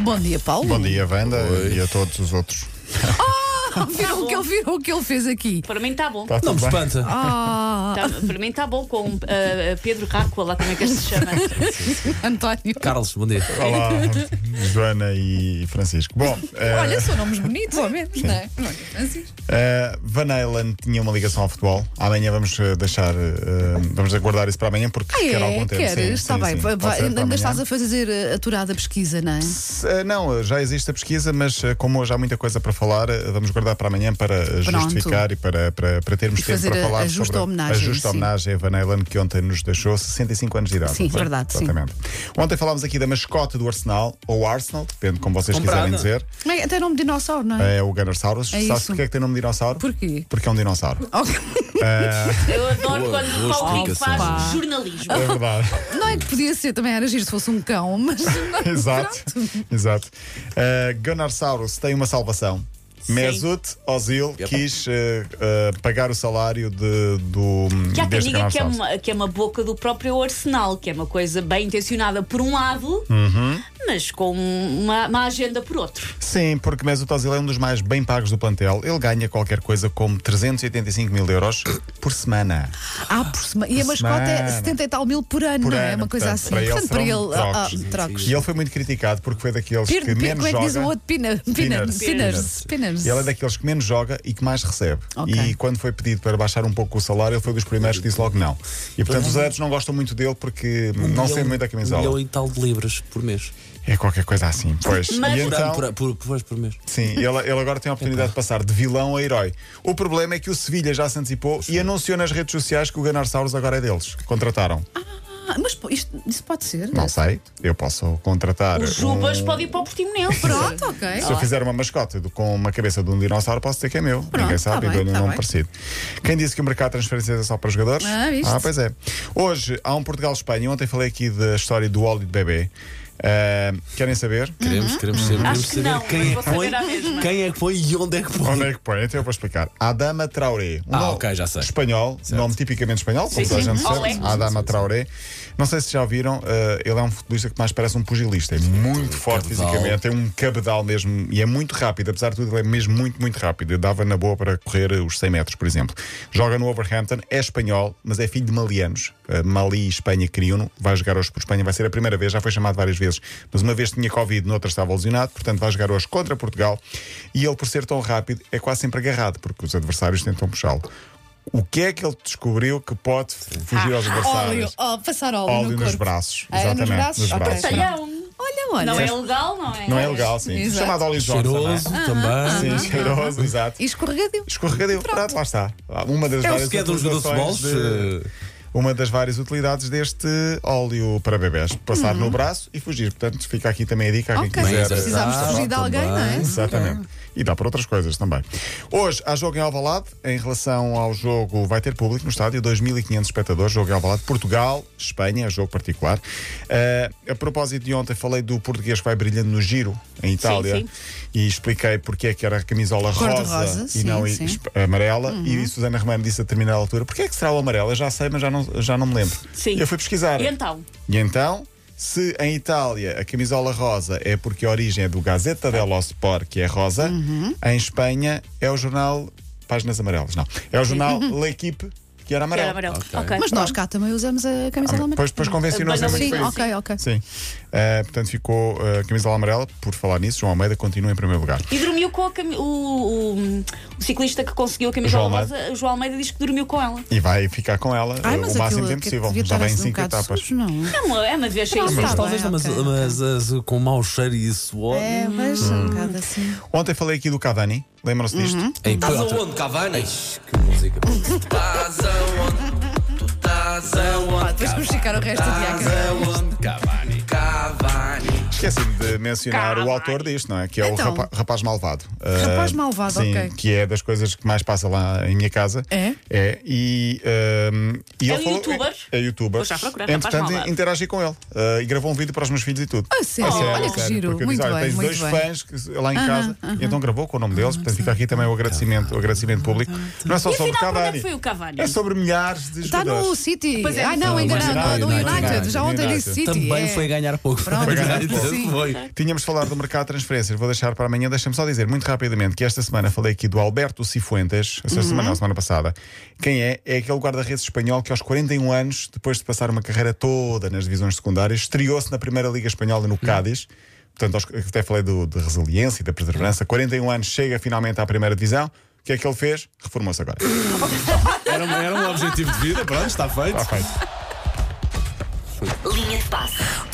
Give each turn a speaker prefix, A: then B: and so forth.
A: Bom dia, Paulo.
B: Bom dia, Wanda, e a todos os outros.
A: Viram o que ele, viram o que ele fez aqui?
C: Para mim está bom.
B: Está tudo
D: Não me
B: bem?
D: espanta.
E: Ah.
C: Tá- para mim está bom com ah, Pedro Rácua, lá também que se chama.
A: António.
D: Carlos, bom dia.
B: Olá, Joana e Francisco. Bom, eh,
A: Olha, são nomes bonitos, ao menos, não é? Olha, Francisco.
B: eh, Van Halen tinha uma ligação ao futebol. Amanhã vamos eh, deixar, eh, vamos aguardar isso para amanhã porque
A: Ah,
B: quer algum
A: é,
B: tempo.
A: queres?
B: Sim,
A: Está
B: sim,
A: bem.
B: sim,
A: Vai-
B: pode ser
A: vai-
B: para
A: ainda
B: amanhã.
A: estás a fazer eh, aturada pesquisa, não é?
B: Eh, Não, eh, já existe a pesquisa, mas eh, como hoje há muita coisa para falar, eh, vamos guardar para amanhã para eh,
A: Pronto.
B: justificar e para, para, para termos
A: E
B: tempo
A: fazer
B: para
A: a-
B: falar
A: a justa
B: sobre
A: homenagem,
B: a justa
A: sim.
B: homenagem a Van Halen que ontem nos deixou 65 anos de idade.
A: Sim,
B: não foi?
A: verdade, sim.
B: Exatamente. Ontem falámos aqui da mascote do Arsenal, ou Arsenal, depende como vocês
D: Comprada.
B: quiserem dizer.
A: Não é? Até nome de dinossauro, não é?
B: É o Ganosaurus.
A: É
B: Sabes
A: isso.
B: porque é que tem nome de dinossauro?
A: Porquê? Oh.
B: Porque é um dinossauro.
A: Ok.
C: Eu adoro
D: Boa,
C: quando
D: boa
C: o Paulo Rico
D: explicação.
C: faz jornalismo.
B: É verdade.
A: Não é que podia ser, também era giro se fosse um cão, mas. não,
B: Exato.
A: pronto.
B: Exato. Uh, Gunarsaurus tem uma salvação. Mesut Ozil quis uh, uh, pagar o salário de, do
C: Que há quem
B: deste
C: diga que é,
B: Gunarsaurus.
C: uma, que é uma boca do próprio Arsenal, que é uma coisa bem intencionada por um lado, mas com uma, uma agenda por outro.
B: Sim, porque Mesut Ozil é um dos mais bem pagos do plantel. Ele ganha qualquer coisa como 385 mil euros por semana.
A: Ah, por semana. E a
B: Por
A: mascota é
B: semana.
A: 70 e tal mil por ano,
B: Por
A: não é?
B: ano,
A: uma coisa
B: portanto,
A: assim.
B: para ele
A: Portanto, para ele.
B: serão
A: ah,
B: trocos.
A: ah, trocos.
B: E ele foi muito criticado porque foi daqueles
A: Pir-
B: que
A: pir-
B: menos
A: como é que
B: joga.
A: diz o outro? Pina, pina,
B: Pinners.
A: pinners. pinners.
B: Ele é daqueles que menos joga e que mais recebe.
A: Ok.
B: E quando foi pedido para baixar um pouco o salário, ele foi dos primeiros que disse logo não. E portanto os adeptos não gostam muito dele porque não
D: Milhão-
B: sente muito a
D: Um milhão
B: camisola.
D: e tal de libras por mês. Ah,
B: É qualquer coisa assim. Pois.
C: Mas-
B: E então,
D: Por, por, por, por mês.
E: Uhum.
B: sim, ele, ele agora tem a
D: Então.
B: oportunidade de passar de vilão a herói. O problema é que o Sevilha já se antecipou e anunciou nas redes sociais que o Ganarsaurus agora é deles. Contrataram.
A: Ah, mas pô, isto, isso pode ser?
B: Não sei, eu posso contratar.
C: O Jubas
B: um-
C: pode ir para o Portimonense.
A: Pronto, ok.
B: Se eu fizer uma mascote do- com uma cabeça de um dinossauro, posso dizer que é meu. Ninguém sabe,
A: tá
B: e
A: bem,
B: dou-lhe um
A: tá
B: nome
A: bem.
B: parecido. Quem disse que o mercado de transferências é só para jogadores?
A: Ah, viste?
B: pois é. Hoje há um Portugal-Espanha. Ontem falei aqui da história do óleo de bebê. Ah, querem saber?
D: Queremos, queremos saber, queremos
C: Acho que não,
D: saber quem
C: mas
D: é
C: vou
D: que
C: saber
D: põe,
C: à mesma.
D: quem é que põe e onde é que põe.
B: Onde é que põe? Então eu vou explicar. Adama Traoré. Um
D: Ah,
B: nome
D: ok, já sei.
B: Espanhol, nome tipicamente espanhol, como
C: Sim,
B: toda a
C: sim.
B: gente
C: Olé.
B: sabe. Adama Traoré. Não sei se já viram, eh, ele é um futebolista que mais parece um pugilista. É muito forte
D: cabedal.
B: fisicamente, tem um cabedal mesmo e é muito rápido. Apesar de tudo, ele é mesmo muito, muito rápido. Eu dava na boa para correr os 100 metros, por exemplo. Joga no Overhampton, é espanhol, mas é filho de malianos. Eh, Mali e Espanha criam-no. Vai jogar hoje por Espanha, vai ser a primeira vez, já foi chamado várias vezes. Mas uma vez tinha Covid, noutra estava lesionado, portanto vai jogar hoje contra Portugal. E ele, por ser tão rápido, é quase sempre agarrado, porque os adversários tentam puxá-lo. O que é que ele descobriu que pode fugir aos
A: Ah, Óleo,
B: adversários?
A: ó, passar óleo,
B: Óleo
A: no
B: nos
A: corpo.
B: braços.
A: Ah, é nos
B: Exatamente.
A: braços?
B: nos
A: Ok.
B: braços. é?
C: Talhão.
A: Olha, olha.
C: Não é legal, não é?
B: Não é legal, sim.
A: Exato.
B: Chamado óleo de Johnson, não é?
D: Cheiroso também.
B: Sim, cheiroso, exato.
A: E escorregadio.
B: Escorregadio, pronto, lá está. Uma das
D: É o
B: várias
D: sequer de um jogador de futebol. eh,
B: utilizações de-
D: se-
B: Uma das várias utilidades deste óleo para bebés. Passar no braço e fugir. Portanto, fica aqui também a dica a quem
A: Ok,
B: quiser.
A: precisamos de
D: Ah,
A: fugir de alguém, não é?
D: também.
B: Exatamente. E dá para outras coisas também. Hoje há jogo em Alvalade. Em relação ao jogo, vai ter público no estádio. 2.500 espectadores. Jogo em Alvalade. Portugal, Espanha, jogo particular. Eh, a propósito de ontem, falei do português que vai brilhando no giro, em Itália.
C: sim.
B: E expliquei porque é que era a camisola
A: Cor de
B: rosa,
A: rosa,
B: e não
A: sim, Uhum.
B: e-
A: sim.
B: esp- amarela. E Susana Romano disse a determinada altura, porque é que será o amarelo? Eu já sei, mas já não, já não me lembro.
C: Sim.
B: Eu fui pesquisar.
C: E então?
B: E então, se em Itália a camisola rosa é porque a origem é do Gazeta dello Sport, que é rosa,
A: Uhum.
B: em Espanha é o jornal Páginas Amarelas, não. É o jornal L'Equipe, que era
C: Era
B: amarelo.
C: amarelo.
D: Ok.
C: Ok.
A: Mas nós cá também usamos a camisola amarela.
B: Depois, depois Ah, convencionou-se é
C: Mas
B: muito
C: não
A: Sim,
C: foi
B: isso.
A: ok, ok.
B: Sim. Eh, portanto, ficou eh, a camisola amarela. Por falar nisso, João Almeida continua em primeiro lugar.
C: E dormiu com a cami- o, o- o ciclista que conseguiu a
B: João
C: camisola
B: Almeida.
C: rosa, João Almeida diz que dormiu com ela.
B: E vai ficar com ela
A: Ai,
B: eh,
A: mas
B: o máximo
A: aquilo
B: tempo
A: que devia
B: possível. Já
A: estar
B: vai em
A: assim um
B: 5
A: bocado
B: etapas.
A: Sujo, não.
C: Não, é uma vez cheia
E: Tá
C: de
A: Mas
C: sorte.
D: Talvez,
A: bem,
D: não, mas,
A: ok,
D: mas, as- com mau cheiro e suor.
A: É, mas
B: Hum.
A: um bocado assim.
B: Ontem falei aqui do Cavani. Lembram-se disto?
A: Uhum.
D: Em
E: Estás
D: Porto.
E: aonde, Cavani? Que música. Tu estás aonde? Tu estás aonde?
A: Depois vamos ficar o resto do dia a
D: Tá.
E: Estás
A: cagar.
E: aonde? Cavani. Cavani.
B: Esqueci-me de mencionar
C: Cavani.
B: o autor disto, não é? Que é
A: Então.
B: o rapa- Rapaz Malvado.
A: Rapaz
B: Ah,
A: Malvado,
B: sim,
A: ok.
B: Que é das coisas que mais passa lá em minha casa.
A: É?
B: É. E, ah, e
C: É
B: ele
C: um
B: falou-
C: youtuber?
B: É, é youtuber.
C: Vou já procurar, Rapaz
B: Entretanto,
C: Malvado.
B: interagi com ele. ah, e gravou um vídeo para os meus filhos e tudo.
A: Ah, sério?
B: É
A: Olha que
B: sério,
A: giro.
B: Porque eu
A: Muito
B: disse, olha,
A: bem,
B: tens
A: muito
B: dois
A: bem.
B: fãs que- lá em casa. E então gravou com o nome deles. Portanto, fica aqui também o agradecimento, o agradecimento público. Não é só
C: E afinal, quando é
B: sobre
C: que
B: Cavani.
C: foi o Cavani?
B: É sobre milhares de
A: Está
B: jogadores.
A: no City.
C: Pois é,
A: Ai, não,
C: no
A: ainda
D: City.
A: não. No
D: United,
A: United.
B: United,
A: Já ontem
B: United.
A: disse City.
D: Também
A: é.
D: foi ganhar pouco.
A: Pronto. Foi
B: ganhar pouco.
A: Sim.
D: Foi.
B: Tínhamos de falar do mercado de transferências, vou deixar para amanhã. Deixa-me só dizer muito rapidamente que esta semana falei aqui do Alberto Cifuentes, esta semana, a semana passada. Quem é? É aquele guarda-redes espanhol que aos 41 anos, depois de passar uma carreira toda nas divisões secundárias, estreou-se na Primeira Liga Espanhola no Cádiz. Portanto, aos- até falei do, de resiliência e da perseverança. 41 anos, chega finalmente à Primeira Divisão. O que é que ele fez? Reformou-se agora.
D: Era, um- era um objetivo de vida, pronto, está feito.
B: Está feito.
F: Linha de passe.